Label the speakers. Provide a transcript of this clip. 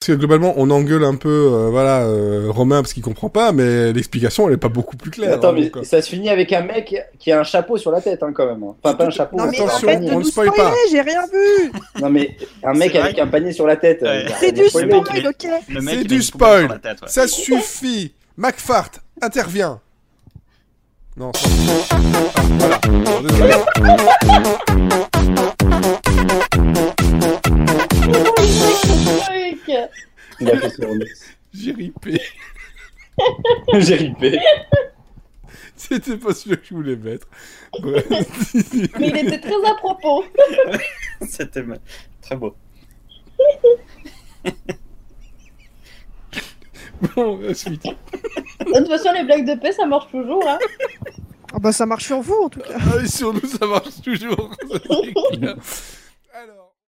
Speaker 1: Parce que globalement, on engueule un peu, euh, voilà, euh, Romain parce qu'il comprend pas, mais l'explication, elle est pas beaucoup plus claire.
Speaker 2: Attends,
Speaker 1: hein,
Speaker 2: mais
Speaker 1: donc, euh,
Speaker 2: ça se finit avec un mec qui a un chapeau sur la tête, hein, quand même. Enfin, pas un chapeau.
Speaker 3: Non,
Speaker 2: un
Speaker 3: mais
Speaker 1: Attention,
Speaker 3: arrête de
Speaker 1: on ne
Speaker 3: nous
Speaker 1: spoil pas.
Speaker 3: spoiler, j'ai rien vu
Speaker 2: Non, mais un mec
Speaker 4: C'est vrai
Speaker 2: avec
Speaker 4: que-
Speaker 2: un panier sur la tête.
Speaker 4: Ouais.
Speaker 2: euh,
Speaker 3: C'est
Speaker 2: il y a
Speaker 3: du
Speaker 2: pas eu
Speaker 4: spoiler.
Speaker 2: mec.
Speaker 3: spoil, ok
Speaker 4: Le
Speaker 1: C'est
Speaker 4: mec, il
Speaker 1: du
Speaker 4: met une pommade
Speaker 1: spoil.
Speaker 4: sur la tête, ouais.
Speaker 1: Ça suffit. McFart intervient. Non. ça- Ah, voilà. Bon, désolé.
Speaker 2: Il a fait son remix.
Speaker 1: J'ai ripé.
Speaker 2: J'ai ripé.
Speaker 1: C'était pas celui que je voulais mettre. Bref.
Speaker 5: Mais il était très à propos.
Speaker 4: C'était ma- très beau.
Speaker 1: bon, la suite.
Speaker 5: De toute façon, les blagues de paix, ça marche toujours. Hein.
Speaker 3: Ah bah ça marche sur vous en tout cas.
Speaker 1: Ah, et sur nous, ça marche toujours. Ça, c'est clair.